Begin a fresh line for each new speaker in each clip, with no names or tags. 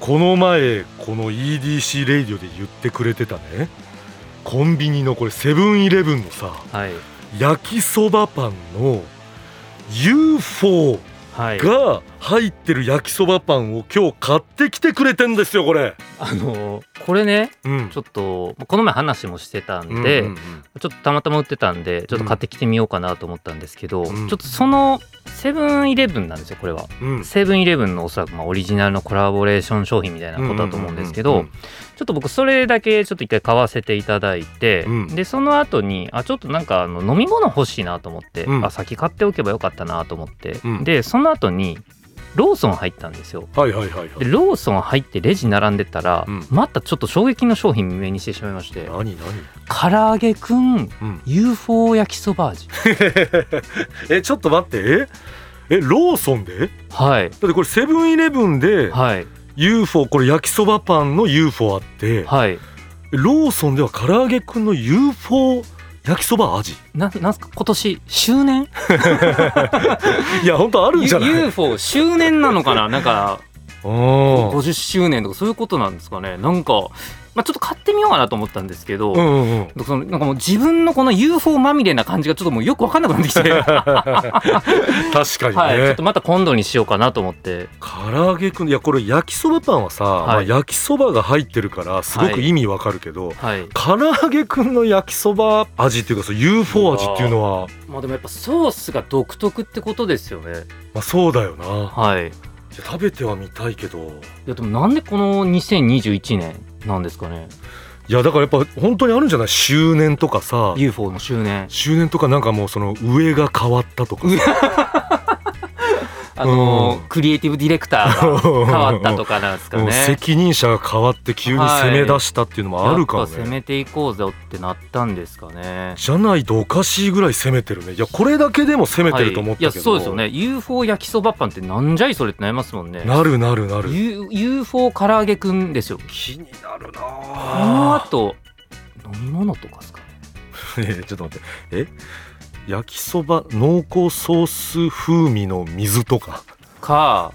この前この EDC レイディオで言ってくれてたねコンビニのこれセブンイレブンのさ
はい。
焼きそばパンの UFO
はい。
が入ってる焼きそばパンを今日買ってきてくれてんですよこれ。
あのーこれね、
うん
ちょっと、この前話もしてたんで、
うんうん
ちょっとたまたま売ってたんで、ちょっと買ってきてみようかなと思ったんですけど、
うん
ちょっとその、セブンイレブンなんですよ、これは。
うんうん
セブンイレブンのおそらくまあオリジナルのコラボレーション商品みたいなことだと思うんですけ
うんう
ど
んうんうん
ちょっと僕それだけちょっと一回買わせていただいて、
うん
でその後にあちょっとなんかあの飲み物欲しいなと思って、
うん
あ先買っておけばよかったなと思って、
うん
でその後にローソン入ったんですよ。
はいはいはいは
で
い。
ローソン入ってレジ並んでたら、
うん
またちょっと衝撃の商品目にしてしまいまして
何何
唐揚げくん
うん
UFO 焼きそば味
えちょっと待ってええローソンで
はい
だってこれセブンイレブンで
はい
UFO これ焼きそばパンの UFO あって
はい
ローソンでは唐揚げくんの UFO 焼きそば味
ななんすか今年周年
いや本当あるんじゃない
U- UFO 周年なのか ななんか
うん
50周年とかそういうことなんですかねなんか、まあ、ちょっと買ってみようかなと思ったんですけど、
うんうんうん
そのなんかもう自分のこの UFO まみれな感じがちょっともうよく分かんなくなってきて、は
確かにね、
い、ちょっとまた今度にしようかなと思って
唐揚げくんいやこれ焼きそばパンはさ、
はい
まあ、焼きそばが入ってるからすごく意味わかるけど、
はい
唐揚げくんの焼きそば味っていうかその UFO 味っていうのは
まあでもやっぱソースが独特ってことですよね
まあ、そうだよない
はい
や食べてはみたいけど
いやでもなんでこの2021年なんですかね
いやだからやっぱ本当にあるんじゃない周年とかさ
UFO の周年
周年とかなんかもうその上が変わったとか
あのー
うん
クリエイティブディレクターが
変
変わったとかなんですか
もう
ね
責任者が変わって急に攻め出したっていうのもあるから
やっぱ攻
ね。
めていこうぞってなったんですかね
じゃないとおかしいぐらい攻めてるね。いやこれだけでも攻めてると思ったけど。
はい、いやそうですよね UFO 焼きそばパンってなんじゃいそれってなりますもんね
なるなるなる。
U UFO 唐揚げくんですよこ
気になるな
の
あ。
後飲み物とかですかね
ねちょっと待って。え焼きそば濃厚ソース風味の水と か
か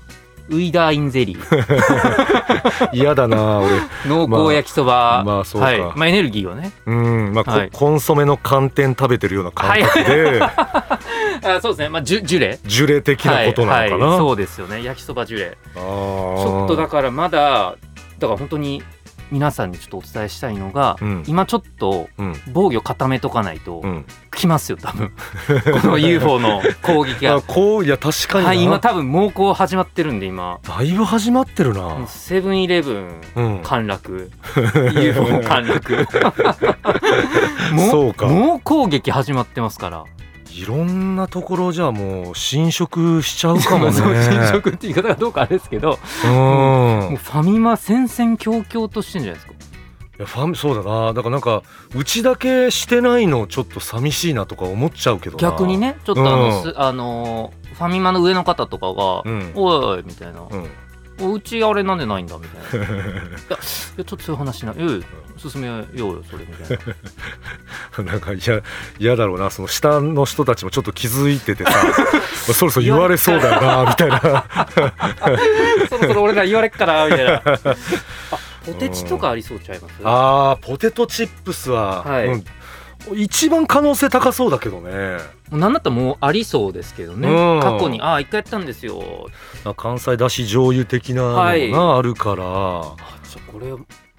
ウイダーインゼリー
嫌だな俺。
濃厚焼きそば、
まあそうか
はいまあ、エネルギーをね
うんまあ、こ
はい
コンソメの寒天食べてるような感覚で、
あそうですね、まあ、ジュジュレ
ジュレ的なことなのかな。
はいはい、そうですよね焼きそばジュレ
あ
ち
ー
ょっとだからまだだから本当に皆さんにちょっとお伝えしたいのが、
うん
今ちょっと
うん
防御固めとかないと、
うん。
来ますよ多 分この UFO の攻撃
あ
が
こういや確かにな。
はい今多分猛攻始まってるんで今
だいぶ始まってる
もう
な。
セブンイレブン
うん。
陥 落 UFO 陥落も
そうか
猛攻撃始まってますから
いろんなところじゃもう侵食しちゃうかもね。
そう侵食って言い方がどうかあれですけど
うん。
もう
い
ファミマ戦々恐々としてんじゃないですか
やファンそうだな。だからなんかうちだけしてないのちょっと寂しいなとか思っちゃうけどな。
逆に。ねちょっとあの、
うん
すあのーファミマの上の方とかが
う
「
ん。
おいおい」みたいな
うん。
「おうちあれなんでないんだ」みたいないや「いやちょっとそういう話しないいやいや進めようよそれ」み たいな。
なんかいや嫌だろうな。その下の人たちもちょっと気づいてて さ、そろそろ言われそうだよなみたいな。
そろそろ俺ら言われっからみた いなあポテチとかありそうちゃいます
ああポテトチップスは、
はい
うん一番可能性高そうだけどね。
もうなんだったらもうありそうですけどね
うん
過去にああ一回やったんですよ
な関西だし醤油的なの
はい
があるから。
あじゃあこれ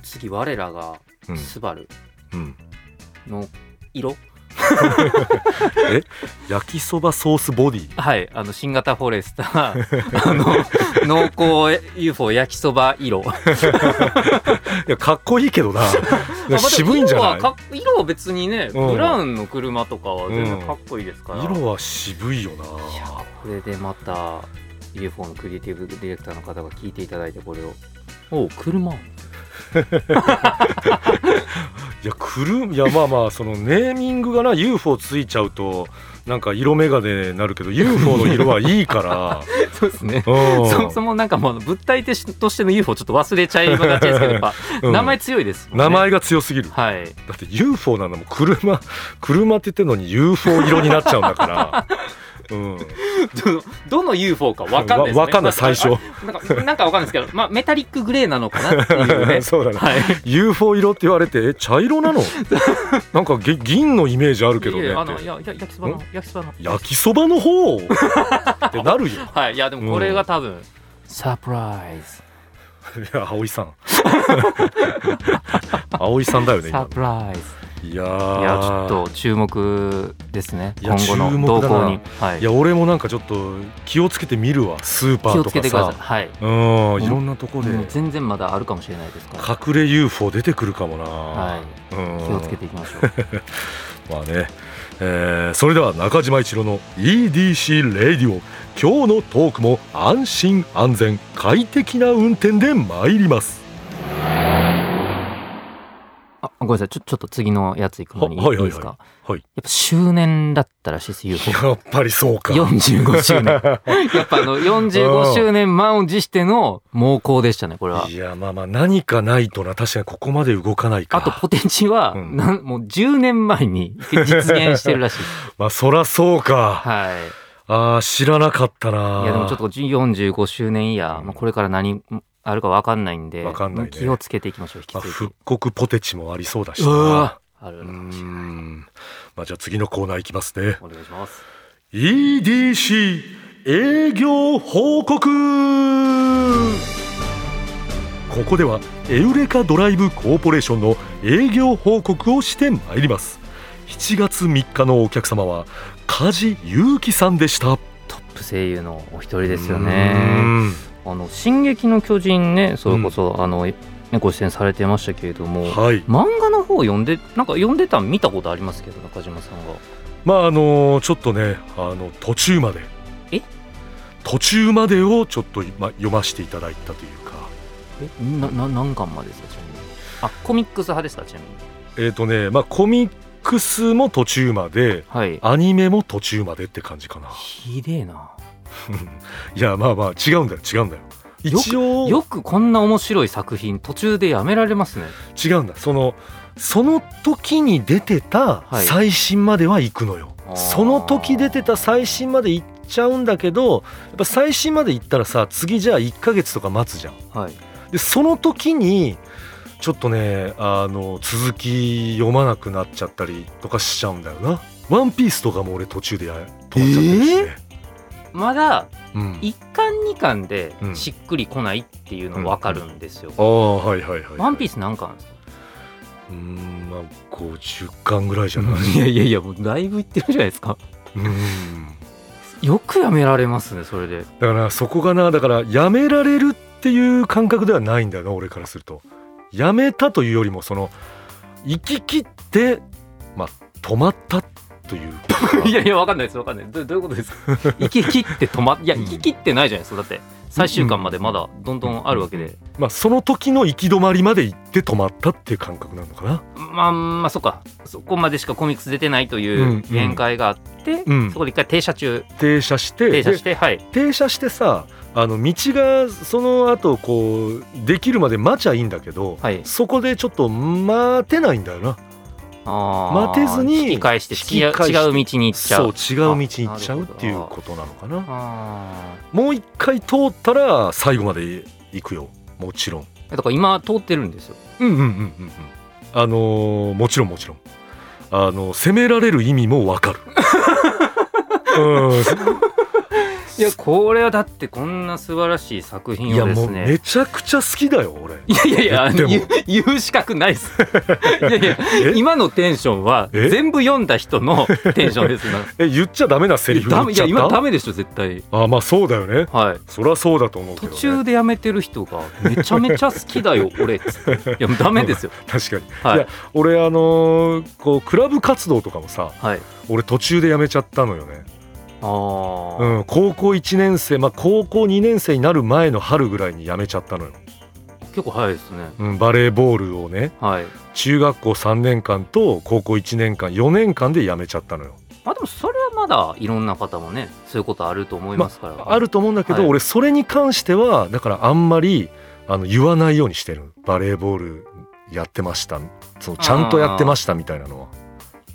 次我らが
うん
スバル
うん。
の色、
焼きそばソースボディ
はいあの新型フォレスター あの濃厚 UFO 焼きそば色
いやかっこいいけどな
ま あ
渋いんじゃない
でも色はか色は別にね
うん
ブラウンの車とかは全然かっこいいですから、
色は渋いよない
やーこれでまた UFO のクリエイティブディレクターの方が聞いていただいてこれを「おう車」
いやくるいやまあまあそのネーミングがな UFO ついちゃうとなんか色眼鏡になるけど UFO の色はいいか
そうですね
らうん
そもそもなんかもう物体としての UFO ちょっと忘れちゃいがちですけどやっぱ
うん
名前強いですもんね
名前が強すぎる
はい
だって UFO なのも車車って言ってるのに UFO 色になっちゃうんだ からうん
どどの UFO かわかんないです、ね、
わわかんない最初
なんかなんかわかんないですけど、まあ、メタリックグレーなのかなっていう ね
そうだね
はい
UFO 色って言われてえ茶色 なのなんかげ銀のイメージあるけど
い
ね
やいやあ
っ
のい
て
やいや焼きそばの
ん
焼きそばの
焼きそばの方ってなるよ
はいいやでもこれが多分、サプライズ
いや葵さん 葵さんだよね
サ
今
プライズ
いや
い
ー
やちょっと注目ですね
いや
今後
注
の動
目だな
向に、はい、
いや俺もなんかちょっと気をつけてみるわスーパ
気
ー
を
と
つけ
か
てください
さ
はい
うんいろんなとこで
もう全然まだあるかもしれないですから
隠れ UFO 出てくるかもな、
はい
うん
気をつけていきまし ょう
まあね、えーそれでは中島一郎の EDC レディオ今日のトークも安心安全快適な運転で参ります
あごめんなさいちょちょっと次のやつ行くのにい
はいはいはいい
ですかやっ
はい
ぱ周年だったらしいです UFO
やっぱりそうか
45周年やっぱあの45周年満を持しての猛攻でしたねこれはい
やまあまあ何かないとな確かにここまで動かないか
あとポテチは、
うん
なんもう10年前に実現してるらしいです
まあそらそうか
はい
あー知らなかったない
やでもちょっと45周年イヤー、
うん
まあ、これから何あるか分かんないんで
わかんないね
気をつけていきましょう
ま
引
あ
き続
復
き
刻ポテチもありそうだし
うわ
な
あ
う
るある
んまあじゃあ次のコーナーいきますね
お願いします
EDC 営業報告ここではエウレカドライブコーポレーションの営業報告をしてまいります7月3日のお客様は梶裕貴さんでした
トップ声優のお一人ですよ
う
ね
ん
あの「進撃の巨人ね」それこそ、あのねご出演されてましたけれども
はい
漫画の方を読んでなんか読んでたん見たことありますけど中島さんが
まああのちょっとねあの途中まで
え
途中までをちょっと、ま、読ませていただいたというか
えなな何巻までですかちなみにあコミックス派ですかちなみに
えっ、とねまあコミックスも途中まで
はい
アニメも途中までって感じかな
ひでえな
うんいやまあまあ違うんだよ違うんだよ
よく
一応
よくこんな面白い作品途中でやめられますね
違うんだそのその時に出てた
はい
最新までは行くのよ、
あー
その時出てた最新まで行っちゃうんだけどやっぱ最新まで行ったらさ次じゃあ1ヶ月とか待つじゃん
はい
でその時にちょっとねあの続き読まなくなっちゃったりとかしちゃうんだよな「ワンピースとかも俺途中でや止まっちゃってるしね、
まだ
うん
一巻二巻で
うん
しっくりこないっていうの分かるんですよ、
ああはいはいはい、
ワンピー
ス
ス何巻ですか
うーんまあ50巻ぐらいじゃない
いやいやいやもうだいぶいってるじゃないですか
うん
よくやめられますねそれで
だからそこがなだからやめられるっていう感覚ではないんだよな俺からするとやめたというよりもその行き切ってまあ止まったということ
いやいや分かんないです分かんないど どういうことですか行き切って止まっいや
うん
行き切ってないじゃないですかだって最終巻までまだどんどんあるわけで、
まあその時の行き止まりまで行って止まったっていう感覚なのかな
まあまあそっかそこまでしかコミックス出てないと
うん
いううん限界があって、
うん
そこで一回停車中
停車して
停車し
で
てはい
停車してさあの道がその後こうできるまで待ちゃいいんだけど、
はい
そこでちょっと待てないんだよな
あー
待てずに
引き返して違
引
う
き返して
違う道に行っちゃ
そう
う
違う道に行っちゃうっていうことなのかな
あー
もう一回通ったら最後まで行くよもちろん
だから今通ってるんですよ
うんうんうんうんうんあのーもちろんもちろんあの責められる意味もわか るうん
いやこれはだってこんな素晴らしい作
い
品
や
をで
も
す
う
ね
めちゃくちゃ好きだよ俺
いやいやいやあの
でも
言う言う資格ないです いやいや
え
今のテンションは
え
全部読んだ人のテンションです 今
え言っちゃダメなセリフ
い
言
やダ
っ
メい
ちゃ
や
っ
今ダ
た
メでしょ絶対
あまあそうだよね
はい
そりゃそうだと思うけど、
途
ね、
中でやめてる人がめちゃめちゃ好きだ よ俺っつっていやもうダメですよ
確かに
はい
いや俺あのーこうクラブ活動とかもさ
はい
俺途中でやめちゃったのよね
ああ、
うん、高校1年生、まあ、高校2年生になる前の春ぐらいに辞めちゃったのよ。
あ結構早いですね
うん、バレーボールをね
はい
中学校3年間と高校1年間4年間でやめちゃったのよ
まあでもそれはまだいろんな方もねそういうことあると思いますから、
あると思うんだけど、
はい
俺それに関してはだからあんまりあの言わないようにしてるバレーボールやってましたそうちゃんとやってましたみたいなのは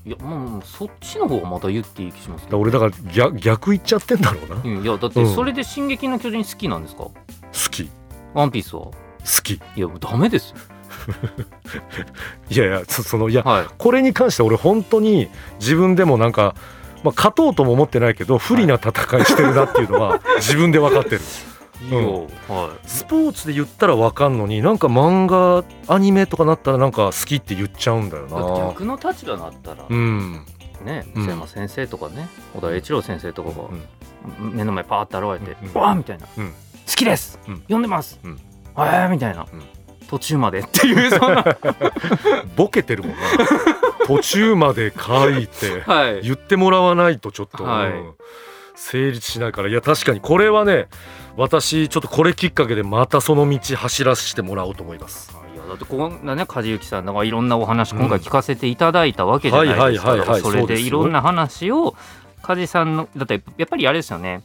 い
やもうそっちの方がまた言っていい気しますけ
だから
ど
俺だから逆逆言っちゃってんだろうな、
う
好
んいやだっ
う
て
ん
それで「進撃の巨人」好きなんですか、
き好
ワンピースは
き
いやもうダメですよ
いやいやそそのいや
はい
これに関して俺本当に自分でもなんか、まあ、勝とうとも思ってないけど不利な戦いしてるなっていうのは 自分で分かってる
いいよ、は
スポーツで言ったら分かんのになんか漫画アニメとかなったらなんか好きって言っちゃうんだよ
いだって
な
逆の立場になったら、
うん
ね
うん
瀬山先生とかね小田栄一郎先生とかが
うん
目の前パーッて現れ
うんうん
て「わ、ーみたいな、
うん
好きです、
うん
読んでます、
うん
えーみたいな、
うん
途中までっていうそんな
ボケてるもんな 途中まで書いて
はい
言ってもらわないとちょっと、
はい
うん成立しないからいや確かにこれはね私ちょっとこれきっかけでまたその道走らせてもらおうと思います。
いやだってこんなね梶幸さんなんかいろんなお話今回聞かせていただいたわけじゃないです
はいはいはいは
か
い
それ
そうで
です
よ
いろんな話を梶さんのだってやっぱりあれですよね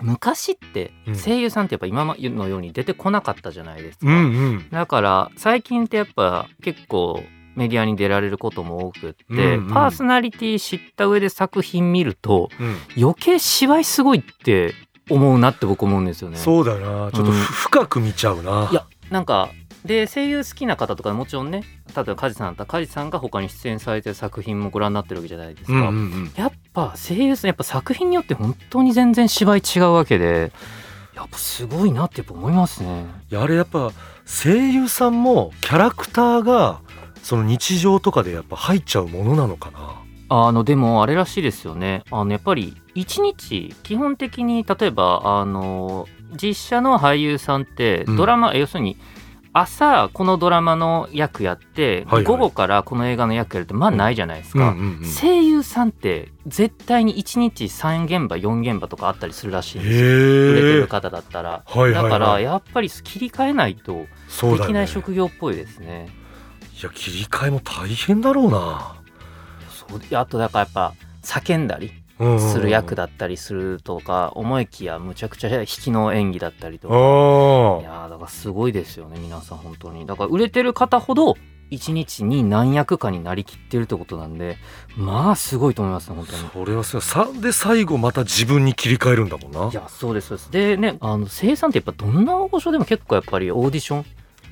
昔って
うん
声優さんってやっぱ今のように出てこなかったじゃないですか、
うんうん
だから最近ってやっぱ結構メディアに出られることも多くって、
うんうん
パーソナリティ知った上で作品見ると
うん
余計芝居すごいって思うなって僕思うんですよね。
そうだなちょっとふ、
うん
深く見ちゃうない
やなんかで声優好きな方とかもちろんね例えば梶さんだったら梶さんが他に出演されてる作品もご覧になってるわけじゃないですか、
うんうんうん
やっぱ声優さんやっぱ作品によって本当に全然芝居違うわけでやっぱすごいなってやっぱ思いますね。
いやあれやっぱ声優さんもキャラクターがその日常とかでやっぱ入っちゃうものなのかな
あのでもあれらしいですよねあのやっぱり1日基本的に例えばあの実写の俳優さんって
うん
ドラマ、え要するに朝このドラマの役やって、
はいはい
午後からこの映画の役やるってまあないじゃないですか、
うんうんうん
声優さんって絶対に1日3現場4現場とかあったりするらしいんですよ、売れて
へえ
る方だったら、
はいはいはい
だからやっぱり切り替えないと
そう
で
だ
き
よ
な
ね
い職業っぽいですね
いや切り替えも大変だろうな、
そうであとだからやっぱ叫んだり
うんうんうん
する役だったりするとか思いきやむちゃくちゃ引きの演技だったりと
あ
か
あ
いやーだからすごいですよね皆さん本当にだから売れてる方ほど一日に何役かになりきってるってことなんでまあすごいと思いますね本当に。
それはそうさで最後また自分に切り替えるんだもんない
やそうですそうですでねあの声優さんってやっぱどんな大御所でも結構やっぱりオーディショ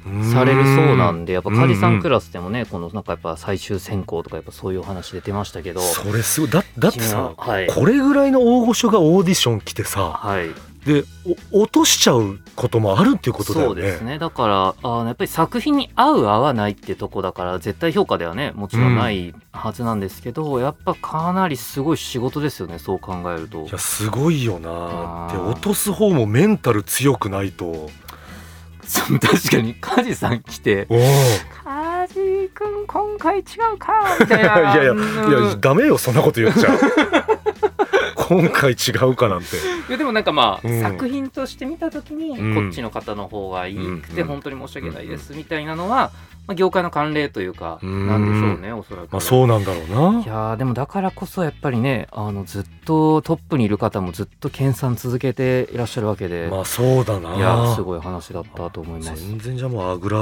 うー
ン
ん
されるそうなんでやっぱカジさ
うんうん
んクラスでもねこのなんかやっぱ最終選考とかやっぱそういうお話出てましたけど
それすごいだだって
君は
さ
はい
これぐらいの大御所がオーディション来てさ
はい
でお落としちゃうこともあるっていうことだよ
そうです
ね。
ねだからあのやっぱり作品に合う合わないってとこだから絶対評価ではねもちろんないはずなんですけど、やっぱかなりすごい仕事ですよねそう考えると
いやすごいよな
あー
で落とす方もメンタル強くないと
そう 確かに梶さん来て
おーい
「梶君今回違うか」みたいない
や いや
うん
いやダメよそんなこと言っちゃう 今回違うかなんて
いやでもなんかまあ、
うん
作品として見た時に、
うん
こっちの方の方がいいくて、
うん
本当に申し訳ないです、みたいなのは、まあ、業界の慣例というか、
うん
なんでしょうねおそらく。
まあそうなんだろうない
やーでもだからこそやっぱりねあのずっとトップにいる方もずっと研鑽続けていらっしゃるわけで、
まあそうだない
やーすごい話だったと思います。い
全然じゃあもうあぐら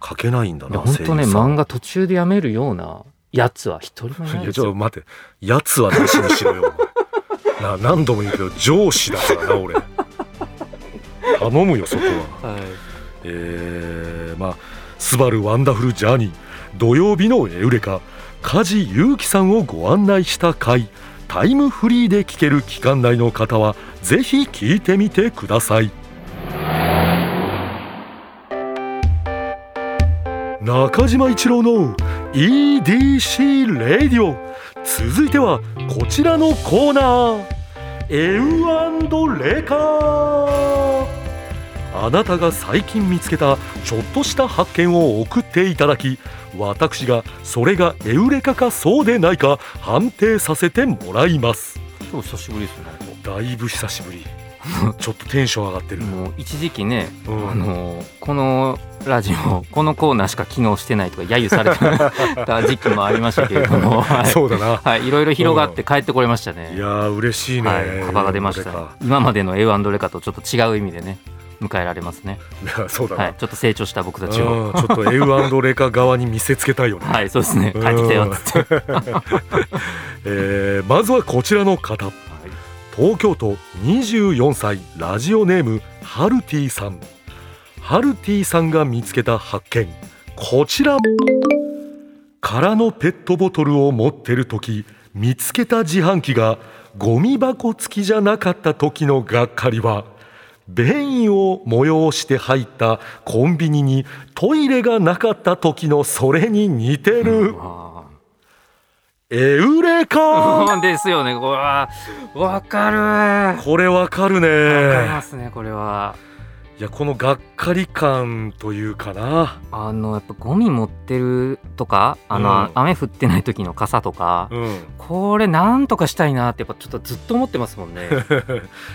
かけないんだ
や
な
本当ね
声優さん
漫画途中でやめるようなやつは一人もいない
いや
です
ちょっ
よ
と待ってやつはなしにしろよ な何度も言うけど上司だからな俺頼むよそこは
はい、
えー、まあ「スバルワンダフルジャーニー」土曜日のエウレカ梶裕貴さんをご案内した回タイムフリーで聴ける期間内の方はぜひ聞いてみてください中島一郎の EDC レディオ続いてはこちらのコーナーエウレカあなたが最近見つけたちょっとした発見を送っていただき私がそれがエウレカかそうでないか判定させてもらいます
今日久しぶりですねなん
だ
か
いぶ久しぶりちょっとテンション上がってる、
もう一時期ね、
うん
あのこのラジオこのコーナーしか機能してないとか揶揄された時期もありましたけれども、はい
そうだな
はい、いろいろ広がって帰ってこれましたね。
いやー嬉しいね、
はい、幅が出まし
これか
た。今までの A&A レカとちょっと違う意味でね、迎えられますね。
いやそうだな、
はい、ちょっと成長した僕
う
た
ん
ち
ち
を。
ょっとエウレカ側に見せつけたいよ ね、
はい、そうですね。帰ってきたよっつって。
えーまずはこちらの方東京都24歳ラジオネームハルティさんハルティさんが見つけた発見こちら空のペットボトルを持ってる時見つけた自販機がゴミ箱付きじゃなかった時のがっかりは便意を催して入ったコンビニにトイレがなかった時のそれに似てる
あ
エウレカ
ー ですよね。これはわかる。わ
これわかるね
かりますね。これは。
いやこのがっかり感というかな、
あのやっぱゴミ持ってるとか、あの、
うん
雨降ってない時の傘とか。
うん、
これなんとかしたいなってやっぱちょっとずっと思ってますも んね。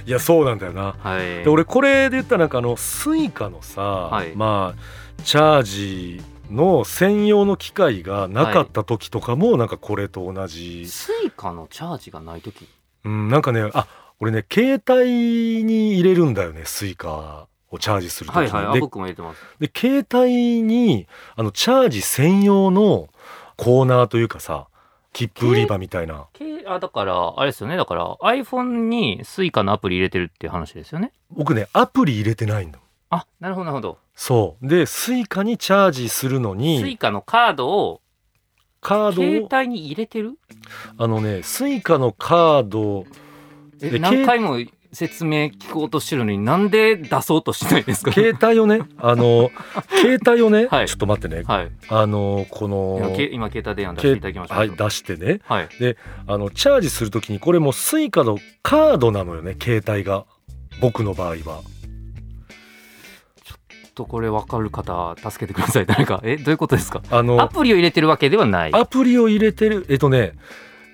いやそうなんだよな、
はい。
で俺これで言ったらなんかあのスイカのさ、
い
まあチャージの専用の機械がなかった時とかもなんかこれと同じ、
スイカのチャージがない時。
うん、なんかねあ俺ね携帯に入れるんだよねスイカをチャージする時
は
に、
いはい。あ
で
僕も入れてます。
で携帯にあのチャージ専用のコーナーというかさ切符売り場みたいな
けあだからあれですよねだから iPhone に Suica のアプリ入れてるっていう話ですよね
僕ねアプリ入れてないんだ
あなるほどなるほど
そうでスイカにチャージするの
Suica
に
のカードを
カード
携
を
帯に入れてる
あのねスイカのカード
え
で
何回も説明聞こうとしてるのになんで出そうとしないんですか
携帯をね あの携帯をね、
はい
ちょっと待ってね
はい
あのこの
今け今携帯電話出していただきました
はい出してね
はい
あのチャージするときにこれもスイカのカードなのよね携帯が僕の場合は
とこれ分かる方助けてください誰かえどういうことですか
あ
ア
の
プリを入れてるわけではない
アプリを入れてるえっとね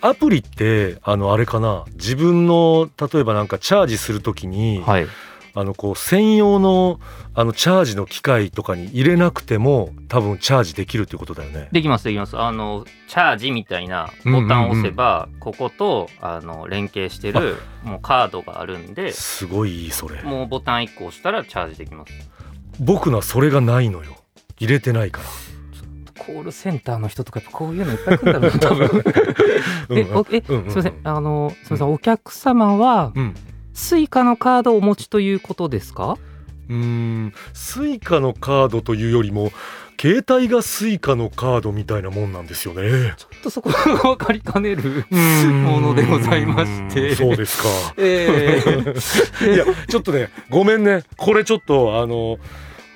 アプリってあのあれかな自分の例えばなんかチャージするときに、
はい
あのこう専用のあのチャージの機械とかに入れなくても多分チャージできるってことだよね。
できますできますあのチャージみたいなボタンを押せば、こことあの連携してるもうカードがあるんです
ごいいいそれ。
もうボタン1個押したらチャージできます
僕のはそれがないのよ。入れてないから。
コールセンターの人とかやっぱこういうのいっぱい来るんだ ろうな多分
うん
えおえ、
うんうんうん
すいませんあのすいませんお客様は
うん。
スイカのカードをお持ちということですか
うーん。スイカのカードというよりも携帯がスイカのカードみたいなもんなんですよね。
ちょっとそこが分かりかね
う
る
ーん
ものでございまして
そうですか。
え
いやちょっとねごめんねこれちょっとあの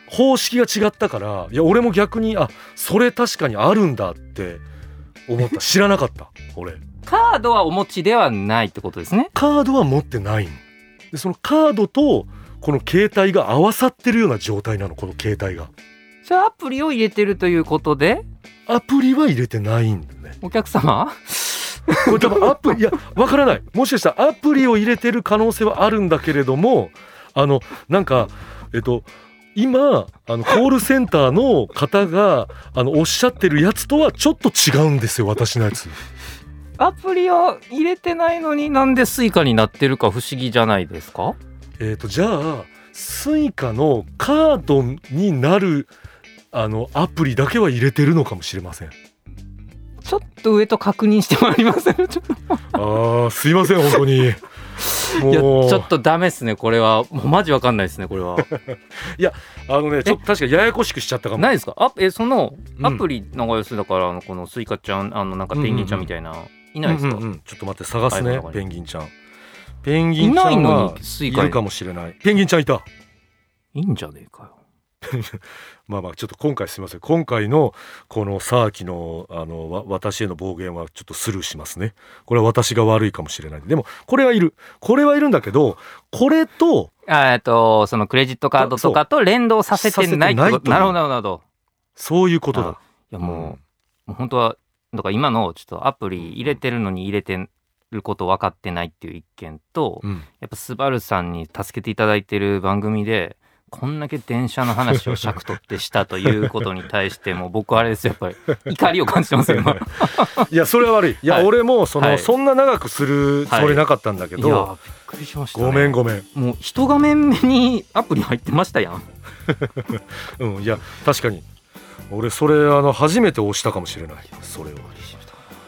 方式が違ったからいや俺も逆にあそれ確かにあるんだって思った知らなかった俺
ーカードはお持ちではないってことですね
カードは持ってないのでそのカードとこの携帯が合わさってるような状態なのこの携帯が
それはアプリを入れてるということで
アプリは入れてないんだよね
お客様
これ多分アプリいやわからないもしかしたらアプリを入れてる可能性はあるんだけれどもあのなんかえっと今あのコールセンターの方があのおっしゃってるやつとはちょっと違うんですよ私のやつ
アプリを入れてないのになんでスイカになってるか不思議じゃないですか
えっとじゃあスイカのカードになるあのアプリだけは入れてるのかもしれません
ちょっと上と確認してもらいます ちょっと
あーすいません本当に
いやち
もう
ょっとダメですねこれはもうマジわかんないですねこれは
あのねちょっと確かにややこしくしちゃったかも
ないですかあえその
うん
アプリの要するだからあのこのスイカちゃんあのなんかペンギンちゃんみたいな、いないですか、
うんうんうんちょっと待って探す
はい
ね
はいはい
ペンギンちゃんペンギ
い
ンちゃん
ないの
は
にス
い
イカ
るかもしれないペンギンちゃんいた
いいんじゃねえかよ
まあまあちょっと今回すみません今回のこのサーキのあのわ私への暴言はちょっとスルーしますねこれは私が悪いかもしれないでもこれはいるこれはいるんだけどこれと
あえっとそのクレジットカードとかと連動させてないって
さ
こ
せて
と
な
な
という
いるほどなるほど
そういうことだ
いやもう,、もう本当はだから今のちょっとアプリ入れてるのに入れてること分かってないっていう一件と、
うん
やっぱスバルさんに助けていただいてる番組でこんだけ電車の話を尺取ってしたということに対しても僕はあれですよやっぱり怒りを感じてますよ今
いやそれは悪いいや、
はい
俺もその、
はい
そんな長くするつもりなかったんだけ
い
ど、
やーびっくりしました、ね、
ごめんごめん、
もう一画面目にアプリ入ってましたやん
うん、いや確かに俺それあの初めて押したかもしれないそれを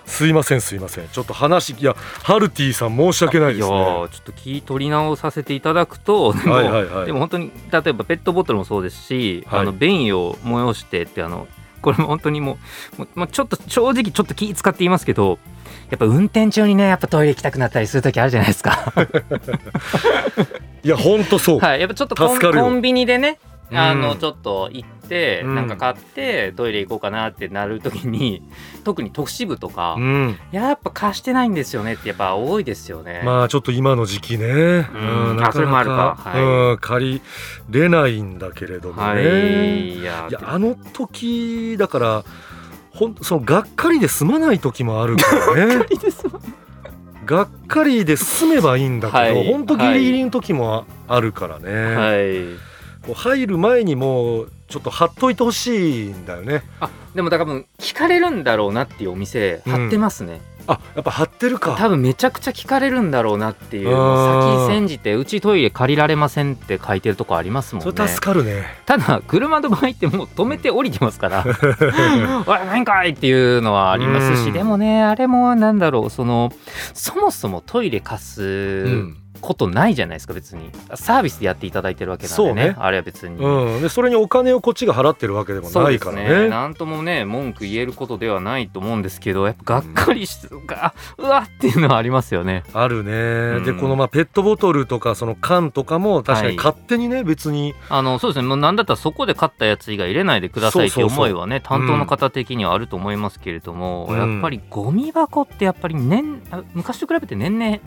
すいませんすいませんちょっと話いやハルティさん申し訳ないですね
いやーちょっと気取り直させていただくとでも,、
はいはいはい
でも本当に例えばペットボトルもそうですし、
はい
あの便意を催してってあのこれも本当にもうもう、まあ、ちょっと正直ちょっと気使って言いますけどやっぱ運転中にねやっぱトイレ行きたくなったりする時あるじゃないですか
いやほんとそう、
はいやっぱちょっとコン
助かるよ
コンビニでねあの
うん
ちょっと行って、
うん
なんか買ってトイレ行こうかなってなる時に特に都市部とか、
うん、
やっぱ貸してないんですよねってやっぱ多いですよね、
まあちょっと今の時期ね、うんな
あ
かなか
それもあるかはい
うん、借りれないんだけれどもね、
はいいや
いやあの時だからほんそのがっかりで済まない時もあるから ね
いいです
がっかりで済めばいいんだけど、
はい
ほんとギリギリの時もああるからね、
はい。
こう入る前にもうちょっと貼っといてほしいんだよね
あ、でもだから多分聞かれるんだろうなっていうお店
うん
貼ってますね。
あやっぱ貼ってるか
多分めちゃくちゃ聞かれるんだろうなっていう。
あー
先煎じてうちトイレ借りられませんって書いてるとこありますもん
そ
ね。
れ助かるね
ただ車の場合ってもう止めて降りてま すから。おい何かいっていうのはあります
うん
し、でもねあれもなんだろうそのそもそもトイレ貸
う
す
ん、
ことないじゃないですか別にサービスでやっていただいてるわけなん
そう
でね
ね
あれは別に。
うん、でそれにお金をこっちが払ってるわけでも
そう
な
で
い
す
から
ね。
ね
なんともね文句言えることではないと思うんですけどやっぱがっかりしてがうわっていうのはありますよね。
あるね、
ん
でこのまあペットボトルとかその缶とかも確か
は
に
い
勝手にね、別に
あのそうですねもう何だったらそこで買ったやつ以外入れないでくださいって
そう
いう
そうそう
思いはね担当の方的にはあると思いますけれども、
うん
やっぱりゴミ箱ってやっぱり年あ昔と比べて年々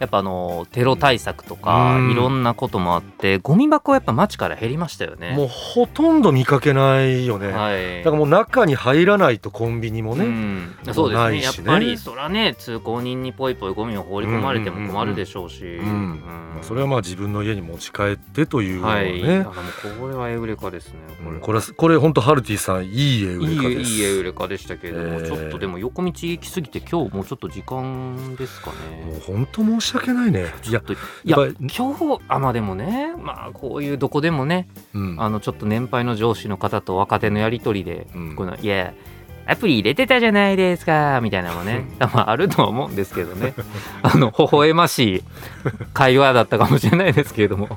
やっぱあのテロ対策とか、
うん
いろんなこともあってゴミ箱はやっぱ街から減りましたよね。
もうほとんど見かけないよね、
はい
だからもう中に入らないとコンビニもね、
うん
も、う
そうです
な
ね
い
やっ
しね
ぱりそらね通行人にぽいぽいゴミを放り込まれても困るでしょうし、
うんまあそれはまあ自分の家に持ち帰ってというのは
はい、
ね、
だからもうこれはエウレカですねこれ,、
これはこれ本当ハルティさんいい絵売
い
り方
い
で
い
す
いエウレカでしたけれども、
えー
ちょっとでも横道行き過ぎて今日もうちょっと時間ですか
もう
ね
本当申し訳ないねいや
ちょっといや
やっぱり
今日あまあでもねまあこういうどこでもね
うん
あのちょっと年配の上司の方と若手のやり取りで
うん
このいやアプリ入れてたじゃないですかみたいなの もねまああるとは思うんですけどね あの微笑ましい会話だったかもしれないですけれどもちょ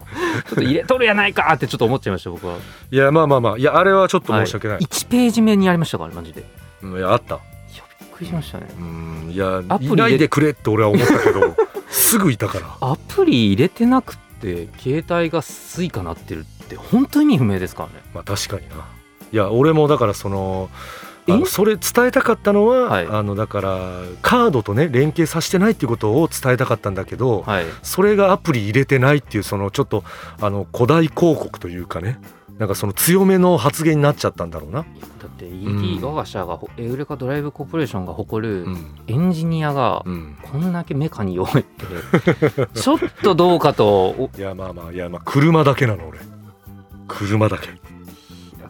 っと入れとるやないかってちょっと思っちゃいました僕は、
いやまあまあまあいやあれはちょっと申し訳ない、
1ページ目にありましたからマジでいや
うんいやあった
びっくりしましたね
うんいや
アプリで
いないでくれって俺は思ったけ どすぐいたから
アプリ入れてなくて携帯がスイカなってるって本当に意味不明ですからね
まあ確かにないや俺もだからそのあの
え
それ伝えたかったのは、
はい
あのだからカードとね連携させてないっていうことを伝えたかったんだけど、
はい
それがアプリ入れてないっていうそのちょっとあの古代広告というかねなんかその強めの発言になっちゃったんだろうな、
だって
う
ED
ん
我が社がほエウレカドライブコーポレーションが誇る
ん
エンジニアが
うん、
こんだけメカに弱いって ちょっとどうかとお
いやまあまあいやまあ車だけなの俺車だけ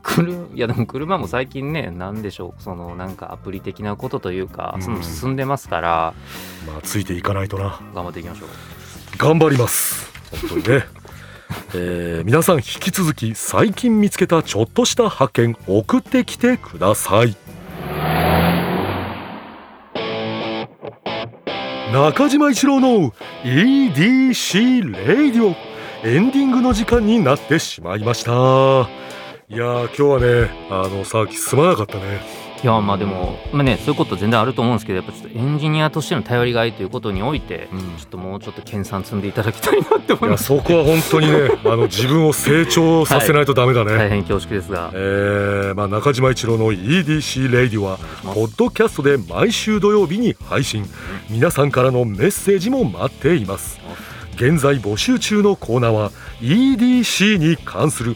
車いやでも車も最近ね何でしょうそのなんかアプリ的なことというか
うん
その進んでますから
まあついていかないとな
頑張っていきましょう
頑張ります本当にねえー皆さん引き続き最近見つけたちょっとした発見送ってきてください中島一郎の EDC レディオエンディングの時間になってしまいましたいやー今日はねあのさっきすまなかったね
いやまあでもまあねそういうこと全然あると思うんですけどやっぱちょっとエンジニアとしての頼りがいということにおいて
うん
ちょっともうちょっと研鑽積んでいただきたいなって思
い
い
や
ます
そこは本当にねあの自分を成長させないとダメだね、
大変恐縮ですが
えーまあ、中島一郎の EDC レイディはポッドキャストで毎週土曜日に配信皆さんからのメッセージも待っています現在募集中のコーナーは EDC に関する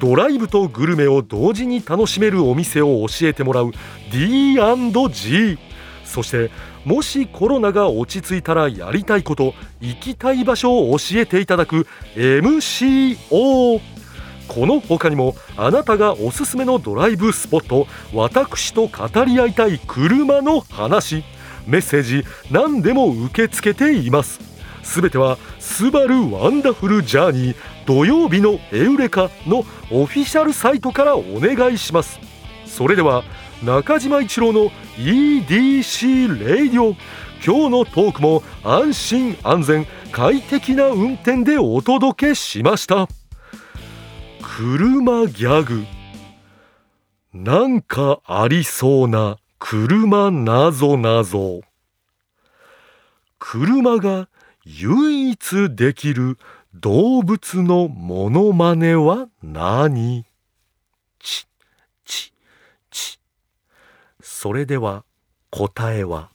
ドライブとグルメを同時に楽しめるお店を教えてもらう D&G そしてもしコロナが落ち着いたらやりたいこと行きたい場所を教えていただく MCO この他にもあなたがおすすめのドライブスポット私と語り合いたい車の話メッセージ何でも受け付けていますすべては「スバルワンダフルジャーニー土曜日のエウレカ」のオフィシャルサイトからお願いしますそれでは中島一郎の EDC レイディオ今日のトークも安心安全快適な運転でお届けしました車ギャグなんかありそうな車なぞなぞ車が唯一できる動物のモノマネは何ち、ち、ち。それでは答えは、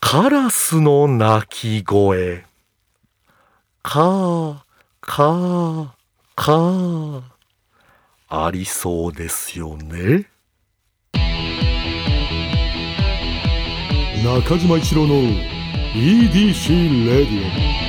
カラスの鳴き声。かー、かー、かー。ありそうですよね。中島一郎の EDC レディオ